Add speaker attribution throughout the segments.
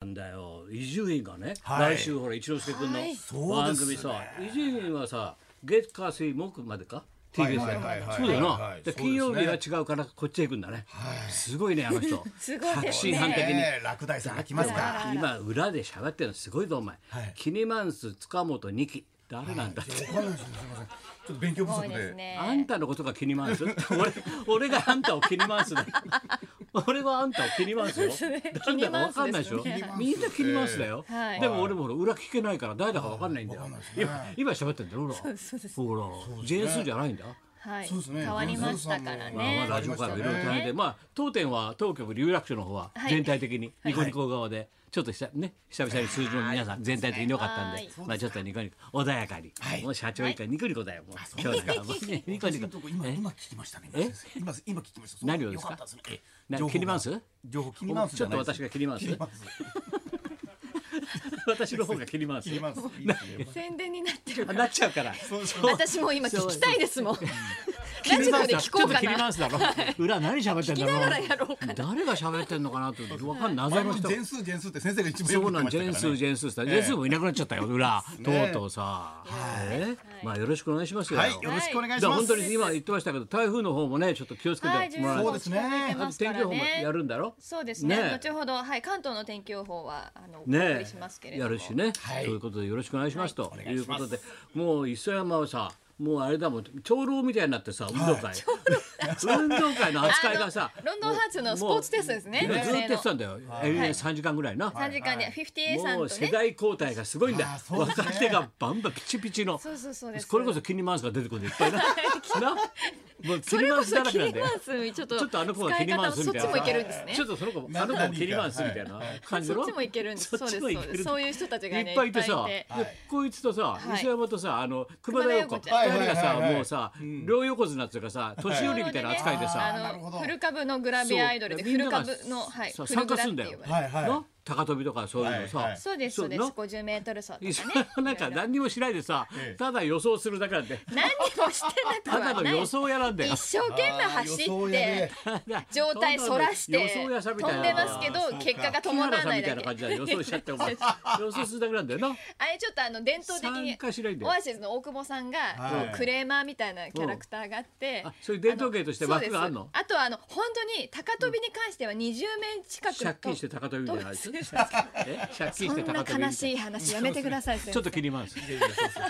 Speaker 1: なんだよ伊集院がね、
Speaker 2: はい
Speaker 1: 来週ほら一之輔君
Speaker 3: はい
Speaker 1: の
Speaker 2: そう
Speaker 1: 番
Speaker 2: です
Speaker 1: 組
Speaker 2: ね
Speaker 1: さ、伊集院はさ月火水木までか TBS
Speaker 2: はい
Speaker 1: で
Speaker 2: はいはい
Speaker 1: そうだよな、
Speaker 2: はいはい
Speaker 1: で
Speaker 2: そうですね
Speaker 1: 金曜日は違うからこっちへ行くんだね、すごいねあの 人
Speaker 3: すごいですね
Speaker 1: 確信犯的に。
Speaker 2: ねえ落第さんが来ますから。
Speaker 1: だって今裏で喋ってるのすごいぞお前、
Speaker 2: はい
Speaker 1: キニマンス塚本二期誰なんだって、
Speaker 2: わかんないですすみません。ちょっと勉強不
Speaker 3: そ
Speaker 2: 足
Speaker 3: うです
Speaker 2: で。
Speaker 3: ね。
Speaker 1: あんたのことがキニマンス 俺俺があんたをキニマンス だよ俺はあんたをキニマンスよ
Speaker 3: そうですね
Speaker 1: なんだか分かんないでしょ
Speaker 3: キニ
Speaker 2: マンスですね
Speaker 1: みんなキニマンスだよ、
Speaker 3: はい
Speaker 1: でも俺もほら裏聞けないから誰だか分かんないんだよ、
Speaker 2: はいわかんないです
Speaker 1: 今
Speaker 2: ね
Speaker 1: 今喋ってんだよほら
Speaker 3: うですそうです
Speaker 1: ほら、ジェーンスーじゃないんだ
Speaker 3: はい。
Speaker 2: そうですね
Speaker 3: 変わりましたか
Speaker 2: ま
Speaker 3: ら
Speaker 1: まあ
Speaker 3: ね
Speaker 1: ま。あラジオ界もいろいろ大変で、
Speaker 3: ね
Speaker 1: まあ当店は当局有楽町の方は
Speaker 3: はい
Speaker 1: 全体的にニコニコ側でちょっとしたね久々に数字の皆さん全体的に良かったん
Speaker 3: は
Speaker 1: で
Speaker 3: い、
Speaker 1: まあちょっとニコニコ穏やかに
Speaker 2: は、い
Speaker 1: もう社長以下ニコニコだよもう今日なんかもうねニコニ
Speaker 2: 私
Speaker 1: コ
Speaker 2: のとこ今今聞きましたね。今先生今今聞きました。
Speaker 1: 何をですか
Speaker 2: よかったですね。え
Speaker 1: な
Speaker 2: 情報が
Speaker 1: 切ります
Speaker 2: 情報切りますじゃないです。
Speaker 1: ちょっと私が切ります
Speaker 2: 切ります。
Speaker 1: 私の方が切ります。
Speaker 2: 切ります。いいですね
Speaker 3: 宣伝になってる
Speaker 1: あ
Speaker 3: か
Speaker 1: な
Speaker 3: ら
Speaker 1: っ。ちゃうから。
Speaker 3: 私も今聞きたいですもん。ラジオで聞こうか
Speaker 1: 切り
Speaker 3: な
Speaker 1: ま。すだろ。 裏何喋ってんだろう。
Speaker 3: 聞きながらやろうかな
Speaker 1: 誰が喋ってんのかなってわかんない謎
Speaker 2: 前
Speaker 1: の
Speaker 2: の
Speaker 1: 人。
Speaker 2: 全数全数って先生が一番
Speaker 1: そ
Speaker 2: よく
Speaker 1: う
Speaker 2: 言
Speaker 1: な
Speaker 2: って
Speaker 1: ん
Speaker 2: まし
Speaker 1: ジ
Speaker 2: た
Speaker 1: ェ
Speaker 2: から
Speaker 1: ンスー
Speaker 2: ね。
Speaker 1: ジェンスーさん、ジェンスーもいなくなっちゃったよ裏、とうとうさ、ねまあよろしくお願いしますよ。
Speaker 2: はいよろしくお願いし
Speaker 1: だから
Speaker 2: ま
Speaker 1: 本
Speaker 2: す
Speaker 1: 当。に今言ってましたけど台風の方もねちょっと気をつけてもら
Speaker 3: は
Speaker 1: っ
Speaker 3: い、
Speaker 1: て、
Speaker 3: 十分
Speaker 2: そう
Speaker 3: も
Speaker 2: です
Speaker 3: 聞
Speaker 2: ね
Speaker 3: かれて
Speaker 1: あ
Speaker 3: ま
Speaker 1: と
Speaker 3: す
Speaker 1: 天気
Speaker 3: から
Speaker 1: 予報も
Speaker 3: ね
Speaker 1: や。るんだろ。
Speaker 3: そうですね
Speaker 1: ね
Speaker 3: 後ほどはい関東の天気予報はあのお送
Speaker 1: ね
Speaker 3: りしますけれど
Speaker 1: や
Speaker 3: も。
Speaker 1: るしね、
Speaker 2: はい
Speaker 1: ということでよろしくお願いします、
Speaker 2: お
Speaker 1: と
Speaker 2: 願
Speaker 1: い
Speaker 2: いうし
Speaker 1: こ
Speaker 2: ます
Speaker 1: とでもう磯山はさもうあれだもん長老みたいになってさ運動会、 運動会の扱いがさ
Speaker 3: あのロンドンハーツのスポーツテストですね
Speaker 1: もう
Speaker 3: 学
Speaker 1: ず
Speaker 3: 生
Speaker 1: っ
Speaker 3: の
Speaker 1: とやってたんだよ、ええ3時間ぐらいな、
Speaker 3: 三時間でフィフティエさん
Speaker 1: も
Speaker 3: と
Speaker 1: う世
Speaker 3: ね。
Speaker 1: 代交代がすごいんだ
Speaker 2: あー
Speaker 1: よ、
Speaker 2: そうですね
Speaker 1: 若手がバンバンピチピチの
Speaker 3: そうそうそうです。
Speaker 1: これこそキニマンスが出てくるんでいっぱいななもうキ
Speaker 3: そ
Speaker 1: ニ
Speaker 3: れ
Speaker 1: マ
Speaker 3: こ
Speaker 1: ンス
Speaker 3: そ
Speaker 1: だらけ
Speaker 3: キ
Speaker 1: なん
Speaker 3: リ
Speaker 1: だよ
Speaker 3: マンスにちょっと
Speaker 1: ちょっとあの子は
Speaker 3: 使
Speaker 1: キ
Speaker 3: い
Speaker 1: ニマン
Speaker 3: 方を
Speaker 1: スみ
Speaker 3: そった
Speaker 1: い
Speaker 3: ち
Speaker 1: な
Speaker 3: もいけるんですね。
Speaker 1: ちょっとその子あの子もキニマンスみたいな感じ
Speaker 3: そ
Speaker 1: の
Speaker 3: っちもいけるんです。
Speaker 1: そ
Speaker 3: そ
Speaker 1: っ
Speaker 3: う
Speaker 1: ち
Speaker 3: で
Speaker 1: も
Speaker 3: す。そう
Speaker 1: いける
Speaker 3: です。そういう人たちがね、
Speaker 1: いっぱいいてさ、
Speaker 3: て
Speaker 1: でこいつとさ、
Speaker 3: はい
Speaker 1: 磯山とさ、あの熊田陽子、
Speaker 3: 熊田
Speaker 1: 二
Speaker 3: 曜
Speaker 2: 子
Speaker 1: 人がさ、
Speaker 2: はいはいはいはい
Speaker 1: もうさ、両横綱っていうかさ、年寄りみたいな扱いで
Speaker 3: あ
Speaker 1: さ、
Speaker 3: の
Speaker 2: なるほど
Speaker 3: 古株のグラビアアイドルで
Speaker 1: そうみんな
Speaker 3: 古
Speaker 1: が
Speaker 3: 株のはい
Speaker 1: さ
Speaker 3: 古
Speaker 1: 参加するん
Speaker 3: グ
Speaker 1: だ
Speaker 3: ラって
Speaker 1: よ
Speaker 3: 呼ばれる
Speaker 2: はいは
Speaker 1: の高跳びとかそういうのさ、
Speaker 2: はいはい
Speaker 3: そうですそうで
Speaker 1: な
Speaker 3: す。50メートル走とかね
Speaker 1: 磯。山なんか何にもしないでさ
Speaker 2: ええ、
Speaker 1: ただ予想するだけなんで、
Speaker 3: 何にもしてな
Speaker 1: た
Speaker 3: く
Speaker 1: だ
Speaker 3: は
Speaker 1: の
Speaker 3: ない
Speaker 1: 予。想屋なんだよ
Speaker 3: 一。生懸命走
Speaker 2: あー
Speaker 3: っ
Speaker 2: 予想や
Speaker 3: て
Speaker 2: ね
Speaker 3: 状態そらし
Speaker 1: 予
Speaker 3: て
Speaker 1: 想屋さ
Speaker 3: 飛
Speaker 1: みたいなん
Speaker 3: でますけど結果が
Speaker 1: 木
Speaker 3: 伴
Speaker 1: 原
Speaker 3: わ
Speaker 1: さん
Speaker 3: な
Speaker 1: み
Speaker 3: い
Speaker 1: た
Speaker 3: だ
Speaker 1: いな
Speaker 3: け。
Speaker 1: 感じだよ予想しちゃってお前 予想するだけなんだよな
Speaker 3: あれちょっとあの伝統的に
Speaker 1: 参加しないんだよ
Speaker 3: オアシスの大久保さんが
Speaker 2: はい
Speaker 3: こうクレーマーみたいなキャラクターがあって、
Speaker 1: うんあそういう伝統芸として
Speaker 3: あの
Speaker 1: 枠があんの
Speaker 3: そうですあとはあの本当に高跳びに関しては20面近く
Speaker 1: 借金して高跳びみたいなやつ
Speaker 3: そ
Speaker 1: え
Speaker 3: う
Speaker 1: 借金して
Speaker 3: そん
Speaker 1: 高
Speaker 3: な
Speaker 1: 跳びみた
Speaker 3: 悲しい話やめてください
Speaker 1: ちょっと切ります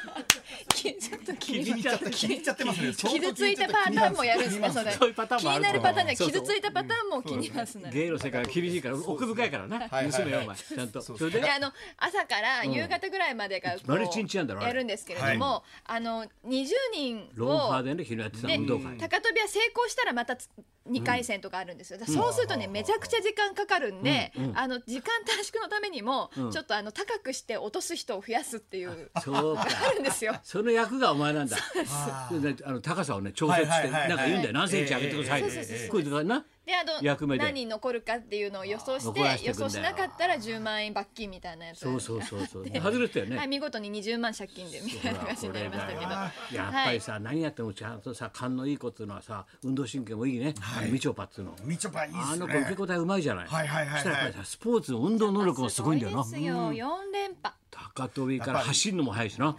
Speaker 3: ちょっと気
Speaker 2: い。
Speaker 3: に
Speaker 2: 気に入っちゃって気に入っちゃってますね。
Speaker 3: 傷ついたパターンもやるんですねそれ
Speaker 1: そういうパターン
Speaker 3: 気
Speaker 1: もあ
Speaker 3: に
Speaker 1: る
Speaker 3: なるパターンで
Speaker 1: そうそ
Speaker 3: 傷
Speaker 1: う
Speaker 3: ついたパターンも気になるね
Speaker 1: 芸の世界は厳しいから奥深いからな
Speaker 2: はい
Speaker 1: 娘よ
Speaker 2: は
Speaker 1: お
Speaker 2: いは
Speaker 1: 前ちゃんと
Speaker 2: そ
Speaker 1: そ
Speaker 2: うそう
Speaker 1: れで
Speaker 3: であの朝から夕方ぐらいまでがこう
Speaker 1: 丸一日やんだろあれ
Speaker 3: やるんですけれども、あの20人
Speaker 1: ロン
Speaker 3: を
Speaker 1: ハーでね昼やってた
Speaker 3: ね
Speaker 1: 運動会
Speaker 3: 高跳びは成功したらまたつ2回戦とかあるんですよ、だからそうするとねめちゃくちゃ時間かかるんで、あの時間短縮のためにも、
Speaker 1: うん
Speaker 3: ちょっとあの高くして落とす人を増やすっていうあ
Speaker 1: そうか
Speaker 3: るんで すよ。
Speaker 1: その役がお前なんだ
Speaker 2: あ
Speaker 1: でねあの高さをね調節し
Speaker 2: は
Speaker 1: て
Speaker 2: いはいはいはい
Speaker 1: なんか言うんだよ何センチ上げてください
Speaker 3: え
Speaker 1: っ
Speaker 3: えそうそうそう
Speaker 1: て
Speaker 3: そう
Speaker 1: こういうとかな
Speaker 3: であの
Speaker 1: 役目で
Speaker 3: 何人残るかっていうのを予想し
Speaker 1: 残ら
Speaker 3: て
Speaker 1: してい
Speaker 3: 予
Speaker 1: くんだよ
Speaker 3: 想しなかったら10万円罰金みたいなやつ
Speaker 1: そうそうそうそう外れてたよね
Speaker 3: はい見事に20万借金でみたいな
Speaker 1: ほら
Speaker 3: 話
Speaker 1: こ
Speaker 3: にな
Speaker 1: れ
Speaker 3: りました
Speaker 1: だ
Speaker 3: け
Speaker 1: よ
Speaker 3: ど
Speaker 1: やっぱりさ、何やってもちゃんとさ勘のいい子っていうのはさ運動神経もいいね、
Speaker 2: い
Speaker 1: みちょぱっていうの
Speaker 2: みちょぱいいですね。
Speaker 1: あの子受け答えうまいじゃない,、
Speaker 2: はいはいはいはい
Speaker 1: そしたらやっぱりさスポーツの運動能力もすごいんだよな
Speaker 3: すごいですよ4連覇
Speaker 1: 高跳びから走るのも速いしな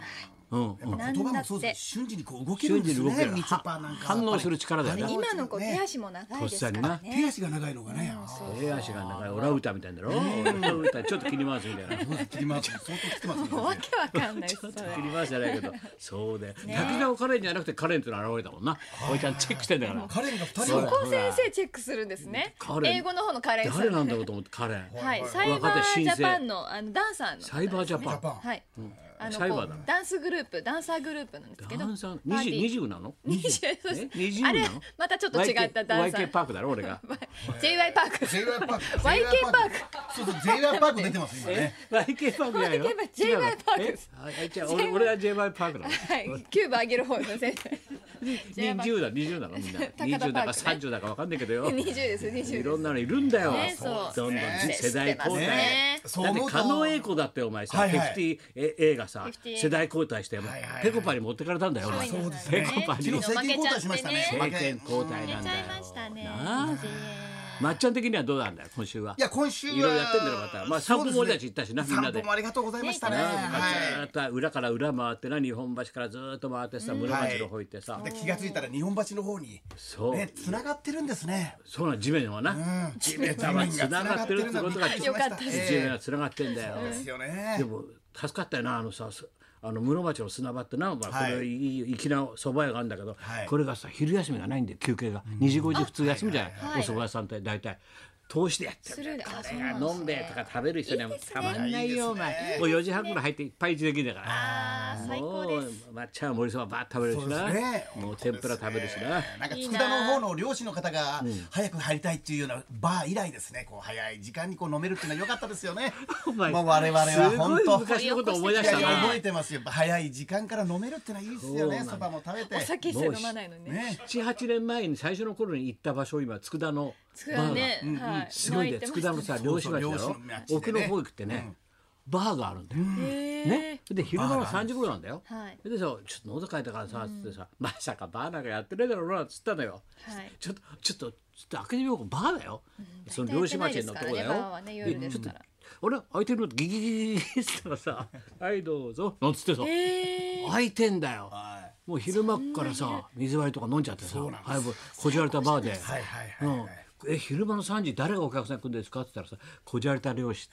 Speaker 1: うん、うん
Speaker 3: なん
Speaker 2: 言葉
Speaker 3: だ
Speaker 2: も
Speaker 3: っ
Speaker 2: そう
Speaker 3: て
Speaker 2: です瞬時にこう動けるんです
Speaker 1: 瞬時に動け
Speaker 2: ね
Speaker 1: る
Speaker 2: みちょぱなんか
Speaker 1: 反応する力だよね
Speaker 2: やっぱり
Speaker 3: 今の子手足も長いですからね
Speaker 2: 手足が長いのがね
Speaker 1: 手足が長いオランウータンみたいなんだろ、オランウータンちょっと切り回すみたいな
Speaker 2: そう切ります相当切ってますね
Speaker 3: もうわけわかんないです
Speaker 1: ちょっと
Speaker 3: それ
Speaker 1: 切り回しじゃないけどそうで、滝沢カレンじゃなくてカレンっていうの現れたもんなおいちゃんチェックしてんだから
Speaker 2: 彼が二
Speaker 1: そ
Speaker 2: 人
Speaker 1: う
Speaker 2: も
Speaker 1: だ
Speaker 3: そこ先生チェックするんですね
Speaker 1: カレン
Speaker 3: 英語の方のカレンさん
Speaker 1: 誰なんだろうと思ってカレン
Speaker 3: はい、
Speaker 2: はい
Speaker 3: サイバ
Speaker 1: 若手
Speaker 3: ー
Speaker 1: 新
Speaker 3: ジ
Speaker 1: 星
Speaker 3: ャパンのあのダンサーの
Speaker 1: サイバージャパ
Speaker 2: ジ
Speaker 1: ン
Speaker 2: ャパン
Speaker 3: はい、あの
Speaker 1: サイバ
Speaker 3: こ
Speaker 1: ーだ
Speaker 3: うダンスグループダンサーグループなんですけど
Speaker 1: ダンサー
Speaker 3: パーティー
Speaker 1: 20 20なの
Speaker 3: 20そうです
Speaker 1: え20
Speaker 3: あれ
Speaker 1: なの
Speaker 3: またちょっと違ったダンサ
Speaker 1: YK, YK
Speaker 3: ー
Speaker 1: パークだろ俺 が
Speaker 3: JY パーク
Speaker 2: j y パーク
Speaker 3: YK パーク
Speaker 2: そうそう j y パーク出てます今ね
Speaker 1: YK パークじゃないの
Speaker 3: YK パーク JY パークです
Speaker 1: えあじゃあ俺俺は JY パークなの
Speaker 3: はいキューバあげる方です ね先生
Speaker 1: 二十だ二十なのみんな
Speaker 3: 田
Speaker 1: 二十だ
Speaker 3: パーク
Speaker 1: か
Speaker 3: ね
Speaker 1: 三十だかわかんないけど よ
Speaker 3: 20です20
Speaker 1: い
Speaker 3: です
Speaker 1: ろんなのいるんだよ
Speaker 3: ねそう
Speaker 1: どんどん
Speaker 3: ね
Speaker 1: 世代交
Speaker 3: そう
Speaker 1: 代
Speaker 3: ね
Speaker 2: そう
Speaker 1: だって
Speaker 2: 思うと
Speaker 1: 狩野英孝だってお前さ、
Speaker 2: はいはい
Speaker 1: 50え映画さ
Speaker 3: 50A
Speaker 1: 世代交代してもう
Speaker 2: はいはいはい
Speaker 1: ペコパに持ってかれたんだよ、
Speaker 3: そう
Speaker 1: 俺
Speaker 3: そうです
Speaker 1: ペ
Speaker 2: ね
Speaker 1: コパ
Speaker 2: 昨
Speaker 1: に
Speaker 2: 日
Speaker 3: 負けちゃっ
Speaker 2: 政権交代し
Speaker 3: てね
Speaker 2: ましたね
Speaker 1: 政権交代
Speaker 3: 入
Speaker 1: なん
Speaker 3: れち
Speaker 1: だ
Speaker 3: ゃ
Speaker 1: よ
Speaker 3: いましたね
Speaker 1: なあ
Speaker 3: JY
Speaker 1: まっちゃん的にはどうなんだよ今週はい
Speaker 2: や今週はい
Speaker 1: ろいろやってんだろまたまあ散歩も俺たち行ったしなみんなで
Speaker 2: 散歩もありがとうございましたね。
Speaker 1: な
Speaker 2: は
Speaker 1: ま
Speaker 2: い。
Speaker 1: た裏から裏回ってな日本橋からずーっと回ってさ室町の方行ってさ、
Speaker 2: で気がついたら日本橋の方に
Speaker 1: そう、
Speaker 2: ね繋がってるんですね。
Speaker 1: そうなの地面のな、
Speaker 2: うん
Speaker 1: 地面が繋がってるってことが地
Speaker 2: 地面が繋がってるのはびっくりしました
Speaker 3: よかっ
Speaker 2: え
Speaker 3: た
Speaker 2: え
Speaker 1: 面が繋がってんだよ、
Speaker 2: そうですよね。
Speaker 1: でも助かったよなあのさすあの室町の砂場ってな、まあ、これいい粋な蕎麦屋があるんだけど、
Speaker 2: はい
Speaker 1: これがさ昼休みがないんだよ休憩が、2時5時普通休みじゃない、
Speaker 3: いはい
Speaker 1: お蕎麦屋さんって大体通してやってるんだよ
Speaker 3: するあ
Speaker 1: こ
Speaker 3: そう
Speaker 1: れ
Speaker 3: な
Speaker 1: が
Speaker 3: んですね
Speaker 1: 飲んべえとか食べる人にはい
Speaker 3: いですね
Speaker 1: たまんないよお前もう4時半ぐらい入っていっぱい一時できるんだから
Speaker 3: あー最
Speaker 1: も
Speaker 3: 高
Speaker 1: う
Speaker 3: です。
Speaker 1: 抹茶は盛りそばばーっと食べるし
Speaker 2: そ
Speaker 1: な
Speaker 2: うですね
Speaker 1: もう天ぷら食べるしな。
Speaker 2: なんか
Speaker 3: いい
Speaker 2: 佃
Speaker 3: な
Speaker 2: の方の漁師の方が早く入りたいっていうようなバー以来ですねこう早い時間にこう飲めるっていうのは良かったですよね
Speaker 1: お前
Speaker 2: まあ我々は本
Speaker 1: す
Speaker 2: 当
Speaker 1: ごい昔のこと思い出
Speaker 2: い
Speaker 1: し
Speaker 2: や
Speaker 1: た
Speaker 2: いや
Speaker 1: な
Speaker 2: 覚えてますよ早い時間から飲めるってのはいいですよねそばも食べて
Speaker 3: お酒一切飲まないのにね。
Speaker 2: ね
Speaker 1: 78年前に最初の頃に行った場所今佃の
Speaker 3: つ
Speaker 1: バ
Speaker 3: ら
Speaker 1: ーが
Speaker 3: ね、は
Speaker 1: すごいで
Speaker 3: 泣てま
Speaker 1: 佃の
Speaker 3: した
Speaker 1: さ
Speaker 2: そう
Speaker 1: 漁師町だ
Speaker 2: 漁師
Speaker 1: ろ
Speaker 2: の町でね
Speaker 1: 奥の方行くってねバーがあるんだよ。
Speaker 3: へー
Speaker 1: ね、で昼間の3時頃なんだよ。
Speaker 3: はい
Speaker 1: でさ「ちょっと喉かいたからさ」つってさ「まさかバーなんかやってねえだろうな」っつったのよ。
Speaker 3: はい。
Speaker 1: ちょっとちょっとちょっと開けてみようかバーだよ。その漁師町のとこだよ
Speaker 3: 大体やってないですからねバーは。ね夜ですから
Speaker 1: でちょっとあれ開いてるのってギギギギギギってったらさ「はいどうぞ」なんつってさ
Speaker 3: へー
Speaker 1: 開いてんだよ。
Speaker 2: は
Speaker 1: もう昼間からさ水割りとか飲んじゃってさ早くこじられたバーで。
Speaker 2: いはいはいは
Speaker 1: う
Speaker 2: い
Speaker 1: ん、え昼間の3時誰がお客さん来るんですかって言ったらさこじゃれた漁 師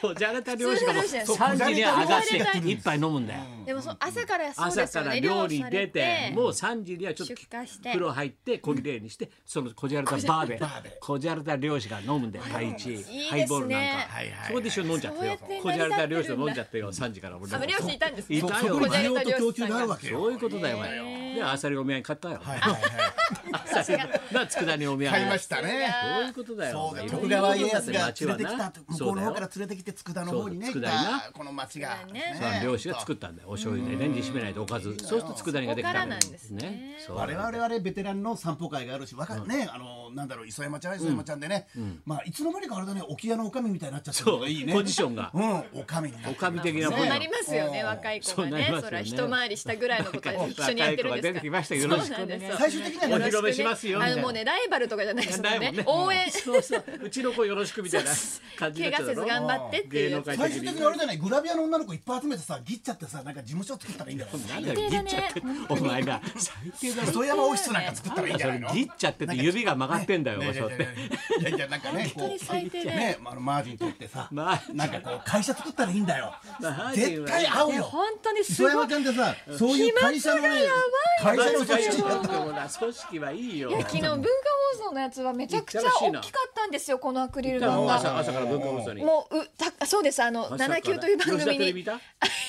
Speaker 1: こじゃれた漁師がもう
Speaker 3: 普通の漁師だよ
Speaker 1: 3時には上がっ
Speaker 3: こじゃれた
Speaker 1: て一杯飲むんだよ、
Speaker 3: でもその朝からそうで
Speaker 1: 朝
Speaker 3: す
Speaker 1: か
Speaker 3: よ
Speaker 1: ら
Speaker 3: ね。
Speaker 1: 料理
Speaker 3: され
Speaker 1: 出てもう3時にはちょっと
Speaker 3: 出荷して
Speaker 1: 風呂入って小切れにしてそのこじゃれたバーでこじゃれた漁師が飲むんだよ第一
Speaker 3: いいですね
Speaker 1: ハイボールなんか
Speaker 2: はいはい
Speaker 1: そこで一緒に飲んじゃってよ
Speaker 3: そうやって
Speaker 1: こじゃれた漁師と
Speaker 3: 成り立ってるんだ
Speaker 1: 飲んじゃってよ3時から俺
Speaker 3: あ、漁師いたんですね。
Speaker 1: い
Speaker 2: そ
Speaker 1: た
Speaker 2: そ
Speaker 1: よ
Speaker 2: こに需要と供給があるわけよ
Speaker 1: そういうことだよお前でアサリお土産買ったよ、
Speaker 2: はいはいはい
Speaker 1: アサリな佃煮お土産
Speaker 2: 買いましたね
Speaker 1: そういうことだよ。
Speaker 2: そうだ
Speaker 1: い
Speaker 2: よ
Speaker 1: ろいろ
Speaker 2: 徳川家康が
Speaker 1: 町
Speaker 2: 連
Speaker 1: は
Speaker 2: れてきた
Speaker 1: な
Speaker 2: と向こうの方から
Speaker 1: そ
Speaker 2: 連れてきて佃の方にね
Speaker 1: そう
Speaker 2: 行っ
Speaker 1: だよ佃煮な
Speaker 2: たこの町が
Speaker 3: 佃煮ね
Speaker 1: うだよ漁師が作
Speaker 2: っ
Speaker 1: ったんだよ。お醤油でね、煮しめないとおかず。そうすると佃煮ができた
Speaker 3: そこからなんですね
Speaker 1: そう
Speaker 2: 我々はねベテランの散歩会があるし若いねあのなんだろう磯山ちゃんは磯山ちゃんでねまあいつの間にかあれだね沖屋の女将みたいになっちゃってるの
Speaker 1: そ
Speaker 2: が
Speaker 1: う
Speaker 2: いいね
Speaker 1: ポジションが
Speaker 2: う。ん女将にな
Speaker 1: おかみ的なもん
Speaker 3: そう
Speaker 1: よ
Speaker 3: なりますよね、
Speaker 2: うん
Speaker 3: 若い子が
Speaker 1: そうなり
Speaker 3: ね
Speaker 1: ま、すよね
Speaker 3: そら一回りしたぐらいの子たち一緒にやってるんです
Speaker 1: 若
Speaker 3: から。
Speaker 1: い子が出てきましたけどよろしくお願いします
Speaker 3: そうなん
Speaker 2: 最
Speaker 3: です
Speaker 2: 終的
Speaker 1: お
Speaker 2: に
Speaker 1: 披
Speaker 2: はね
Speaker 1: 露目しますよみ
Speaker 3: あ
Speaker 1: たい
Speaker 3: の
Speaker 1: な。
Speaker 3: もうね、ライバルとかじゃないですも
Speaker 1: ない
Speaker 3: ん
Speaker 1: もんね
Speaker 3: ね。応援、
Speaker 1: そうそう。うちの子よろしくみたいな感じに
Speaker 3: 怪
Speaker 1: なっちゃうだ
Speaker 3: 我せず
Speaker 1: ろ
Speaker 3: 頑張ってってい
Speaker 1: 芸能
Speaker 3: う。
Speaker 1: 界
Speaker 2: 最
Speaker 1: 的
Speaker 2: 終的
Speaker 1: に
Speaker 2: に。あれじゃないグラビアの女の子いっぱい集めてさギッちゃってさなんか事務所作ったらいい んだよ
Speaker 1: なんだよ、ぎっちゃって。お前な、最低だろ。
Speaker 2: 磯山オフィスなんか作ったらいいんじゃ
Speaker 1: そ
Speaker 2: ない
Speaker 1: れ
Speaker 2: の
Speaker 1: ぎっちゃってて指が曲がってんだよ、
Speaker 2: ね
Speaker 1: そうやって。
Speaker 2: いやいやいやいやいやなんかねこ
Speaker 3: 本当に最低
Speaker 2: う
Speaker 3: だよ
Speaker 2: ねあ のマージン取ってさ
Speaker 1: マージン
Speaker 2: なんかこう会社作ったらいいんだよ
Speaker 1: マージン
Speaker 2: 絶
Speaker 1: は
Speaker 2: 対合うよ
Speaker 3: 本当にす
Speaker 2: 磯
Speaker 3: ご
Speaker 2: 山
Speaker 3: い。
Speaker 2: ちゃんってさそういう会社のね会社の組織だった
Speaker 1: もな組織はいいよ。
Speaker 3: 昨日文化放送のやつはめちゃくちゃ大きかったんですよこのアクリル板
Speaker 1: もう
Speaker 3: が。
Speaker 1: 朝朝から文化放送に。
Speaker 3: もううたそうですあの七級という番組に
Speaker 1: 見た？いな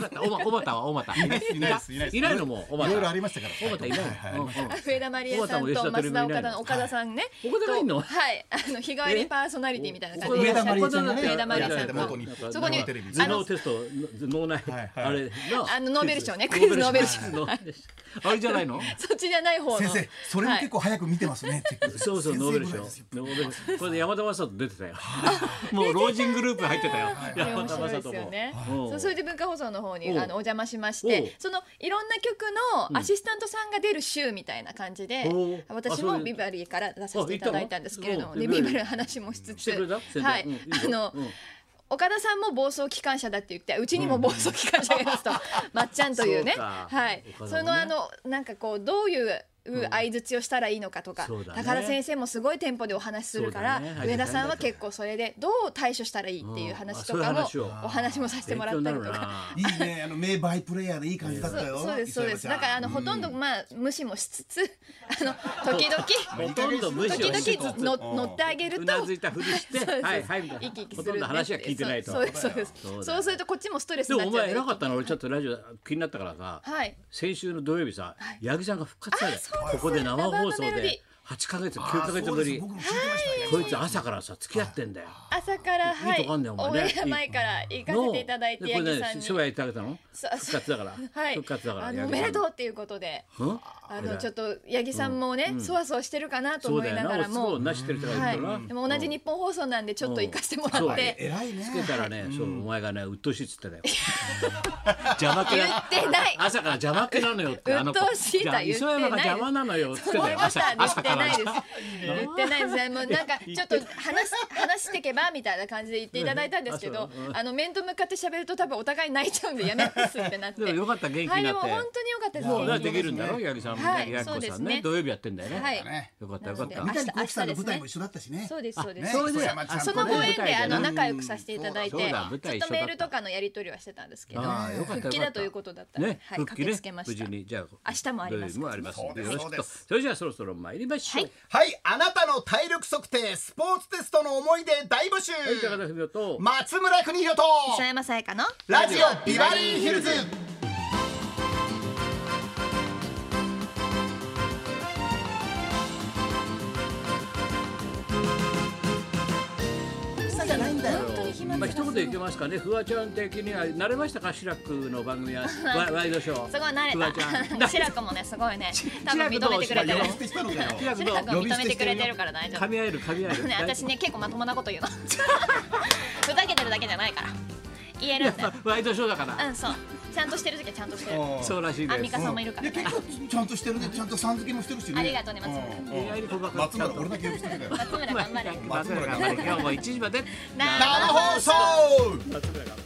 Speaker 1: か った。おまおまたはおまた。いない
Speaker 2: いないですいないです
Speaker 1: いないのもおま
Speaker 2: い
Speaker 1: た。
Speaker 2: ろいろありましたから
Speaker 1: おまたいないの。うんうん
Speaker 3: 上田まりえさんと増田岡田の岡田さんね。
Speaker 1: はい岡田がいんの
Speaker 3: とはいあの日替わりパーソナリティみたいな感じで
Speaker 2: 上
Speaker 3: いら
Speaker 2: 田
Speaker 3: っし
Speaker 2: ま
Speaker 3: ゃ
Speaker 2: りえさんが
Speaker 3: る
Speaker 2: ね
Speaker 3: 上田まりえさん
Speaker 2: 元日
Speaker 1: なんか
Speaker 2: 本
Speaker 3: そこに
Speaker 2: テレビ
Speaker 1: 頭脳テスト脳内
Speaker 2: はい
Speaker 1: あれな
Speaker 3: あのノーベル賞ね
Speaker 1: クイズ
Speaker 3: ノーベル賞
Speaker 1: ノーベル賞あれじゃないの？
Speaker 3: そっちじゃない方の。
Speaker 2: 先生それも結構早く見てますねっていう
Speaker 1: そうそう
Speaker 2: 先生
Speaker 1: ノーベル
Speaker 2: ぐら
Speaker 1: 賞
Speaker 2: いですよ
Speaker 1: ノーベル賞これで山田正人出てたよもう老人グループ入ってたよ
Speaker 3: はい
Speaker 1: 山
Speaker 3: 面
Speaker 1: 田
Speaker 3: 白い
Speaker 1: 正
Speaker 3: です
Speaker 1: 人
Speaker 3: よ
Speaker 1: も
Speaker 3: ね。
Speaker 1: うん
Speaker 3: そうそれで文化放送の方に
Speaker 1: お
Speaker 3: あ
Speaker 1: う
Speaker 3: のお邪魔しまし
Speaker 1: おう
Speaker 3: て、そのいろんな曲のアシスタントさんが出る週みたいな感じで
Speaker 1: おう、あ
Speaker 3: 私
Speaker 1: そうい
Speaker 3: も
Speaker 1: う
Speaker 3: ビバリーから出させていただいたんですけれど
Speaker 1: あ行ったの
Speaker 3: も、で
Speaker 1: うん
Speaker 3: ビバリーの話もしつ
Speaker 1: して
Speaker 3: つ、
Speaker 1: くれた先生
Speaker 3: はい、
Speaker 1: うんいい
Speaker 3: あ
Speaker 1: よ
Speaker 3: の。
Speaker 1: うん
Speaker 3: 岡田さんも暴走機関車だって言ってうちにも暴走機関車がい ますと、まっちゃんというね
Speaker 1: そうか
Speaker 3: はい
Speaker 1: 岡田もね
Speaker 3: そのあのなんかこうどういう相槌をしたらいいのかとか、
Speaker 1: そうだね
Speaker 3: 高田先生もすごいテンポでお話しするから、
Speaker 1: そうだね
Speaker 3: 上田さんは結構それでどう対処したらいいっていう話とか
Speaker 1: うん
Speaker 3: も、
Speaker 1: あそういう話を
Speaker 3: お話もさせてもらったりとか。
Speaker 1: 勉強になるない
Speaker 2: いねあの名バイプレイヤーでいい感じだったよ
Speaker 3: そうですそうです。
Speaker 2: 磯
Speaker 3: だ
Speaker 2: 山ち
Speaker 3: から
Speaker 2: ゃ
Speaker 3: あ
Speaker 2: ん
Speaker 3: の、ほとんどまあ無視もしつつ、あの時々
Speaker 1: ほとんど無視をし
Speaker 3: 時
Speaker 1: つ
Speaker 3: 々
Speaker 1: つ
Speaker 3: の乗ってあげる
Speaker 1: う
Speaker 3: と。
Speaker 1: なずいたふりして
Speaker 3: そうです
Speaker 1: はいはいみたいな
Speaker 3: 生き生き
Speaker 1: ほ
Speaker 3: する
Speaker 1: とんど話は聞いてないと
Speaker 3: そうですそうです
Speaker 1: そうだよ
Speaker 3: そうするとこっちもストレス
Speaker 1: で
Speaker 3: に
Speaker 1: もお
Speaker 3: なっちゃう
Speaker 1: 前偉かったの俺ちょっとラジオ気になったからさ
Speaker 3: はい
Speaker 1: 先週の土曜日さ八木さんが復活したよ
Speaker 3: あそうだ
Speaker 1: ここで生放送
Speaker 3: 生メロディ
Speaker 1: で
Speaker 3: ー
Speaker 1: 8ヶ月9
Speaker 2: あ
Speaker 1: ヶ
Speaker 2: ー
Speaker 1: 月
Speaker 2: そう
Speaker 1: ぶ
Speaker 2: です
Speaker 1: り
Speaker 2: 僕も聞いてましたよ
Speaker 1: こいつ朝からさ付き合ってんだよ
Speaker 3: 朝からはい
Speaker 1: いとこあんだよお前ね
Speaker 3: オンエア前から行かせていただいて
Speaker 1: でこ
Speaker 3: 八
Speaker 1: れ
Speaker 3: 木
Speaker 1: ね
Speaker 3: さんに
Speaker 1: 商売やってあげたの
Speaker 3: そ
Speaker 1: 復活だから
Speaker 3: はい
Speaker 1: 復活だから八
Speaker 3: あのお
Speaker 1: 木さん
Speaker 3: めでとうっていうことで
Speaker 1: うん
Speaker 3: あのちょっと八木さんもねそわそわしてるかな
Speaker 1: そ
Speaker 3: と
Speaker 1: う
Speaker 3: 思
Speaker 1: だ
Speaker 3: い
Speaker 1: よ
Speaker 3: な
Speaker 1: な
Speaker 3: が
Speaker 1: お
Speaker 3: ら
Speaker 1: つを
Speaker 3: も
Speaker 1: なしてる人がいる
Speaker 3: は
Speaker 1: からな、
Speaker 3: いでも同じ日本放送なんでちょっと行かせても
Speaker 1: そう
Speaker 3: らって
Speaker 2: 偉いね
Speaker 1: つけたらね、そうお前がね鬱陶しいっつっ てたよ邪魔く
Speaker 3: 言
Speaker 1: な
Speaker 3: ってない
Speaker 1: 朝から邪魔くなのよってあの子
Speaker 3: 鬱陶しいとは言ってない
Speaker 1: や磯山が邪魔なのよっつってたよ
Speaker 3: そう思いました
Speaker 1: 朝朝か。
Speaker 3: ってないですす。言ってないです。もうなんかちょっと話し話してけばみたいな感じで言っていただいたんですけ
Speaker 1: うん
Speaker 3: ど
Speaker 1: あそうう、ん
Speaker 3: あの面と向かって喋ると多分お互い泣いちゃうんでやめますってなって。
Speaker 1: でもよかった元気になっ
Speaker 3: はい、
Speaker 1: て
Speaker 3: でも本当によかったです。
Speaker 1: もう
Speaker 2: いや
Speaker 1: なできるんだろ八木さんも
Speaker 3: は
Speaker 1: 八
Speaker 3: い
Speaker 1: 木亜希子さん
Speaker 3: そうです
Speaker 1: ね
Speaker 3: ね
Speaker 1: 土曜日やってんだよね。
Speaker 3: はい
Speaker 2: ね
Speaker 1: よかったよかっ
Speaker 3: な
Speaker 1: た
Speaker 3: の
Speaker 2: 三。
Speaker 3: で
Speaker 2: 谷幸喜さんの舞台
Speaker 3: 明日ですね
Speaker 2: も一緒だったしね
Speaker 3: そうですそうで
Speaker 2: ね
Speaker 3: す。
Speaker 1: そうです
Speaker 2: 磯山ちゃんと
Speaker 3: そ
Speaker 2: ね
Speaker 3: のご縁で
Speaker 1: 舞台で
Speaker 3: あの
Speaker 1: ね
Speaker 3: 仲良くさせていただい
Speaker 1: そう
Speaker 3: て
Speaker 1: だ舞、
Speaker 3: ず
Speaker 1: 台
Speaker 3: っ
Speaker 1: 一緒だった
Speaker 3: とメールとかのやり取りはしてたんですけど、
Speaker 1: ああよかったよかった
Speaker 3: 復帰だということだったんで、はい、
Speaker 1: 復
Speaker 3: 駆
Speaker 1: 帰
Speaker 3: け
Speaker 1: ね
Speaker 3: つけま
Speaker 1: 無
Speaker 3: し
Speaker 1: 事
Speaker 3: た。
Speaker 1: にじゃあ
Speaker 3: 明日もありま
Speaker 1: 土曜日
Speaker 3: す
Speaker 1: もありますんでよ
Speaker 2: そ
Speaker 1: ろ
Speaker 2: うです
Speaker 1: しく
Speaker 2: そうで
Speaker 1: と。
Speaker 2: す
Speaker 1: それじゃあそろそろ参りましょう。
Speaker 3: はい
Speaker 2: はいあなたの体力測定スポーツテストの思い出大募集
Speaker 1: はい高田文夫と。
Speaker 2: 松村邦洋と
Speaker 3: 磯山さやかの
Speaker 2: ラジオビバリーヒルズ
Speaker 3: じゃないんだよ。本当に暇
Speaker 1: ま
Speaker 3: つ
Speaker 1: あ
Speaker 3: ぶし
Speaker 1: 一言言ってますかね、フワちゃん的には慣れましたか、シラックの番組 は、ワワイドショー。
Speaker 3: すごい
Speaker 1: フワちゃ
Speaker 3: 慣
Speaker 1: ん
Speaker 3: れ た。シラコもねすご いね多
Speaker 1: 志ら
Speaker 3: 分
Speaker 1: く
Speaker 3: 認
Speaker 1: ど
Speaker 3: め
Speaker 1: う
Speaker 3: てくれてる
Speaker 1: 呼び
Speaker 2: 捨てしたのかよ
Speaker 1: 志らく
Speaker 3: シ
Speaker 1: どう
Speaker 3: ラコも認めてくれてるから大丈
Speaker 1: 噛
Speaker 3: 夫
Speaker 1: み合える、噛み合える。
Speaker 3: ね私ね結構まともなこと言うの ふざけてるだけじゃないから言えるんだよ
Speaker 1: ワイドショーだから、
Speaker 3: うんそうちゃんとしてる時はちゃんとしてる
Speaker 1: そうらしい
Speaker 3: アンミ
Speaker 1: です
Speaker 3: カ。さんもいるか
Speaker 2: い
Speaker 3: ら
Speaker 2: や
Speaker 3: ね
Speaker 2: 結構ちゃんとしてるねちゃんとさん付けもしてるしね
Speaker 3: ありがとうね松村
Speaker 2: うん
Speaker 1: 恋愛に告白
Speaker 2: 松村俺だけ呼び捨てだよ
Speaker 3: 松村頑張れ
Speaker 1: 松村頑張れ。今日も一時まで。
Speaker 3: 生
Speaker 2: 生放
Speaker 1: 松
Speaker 2: 送
Speaker 1: 村頑張れ。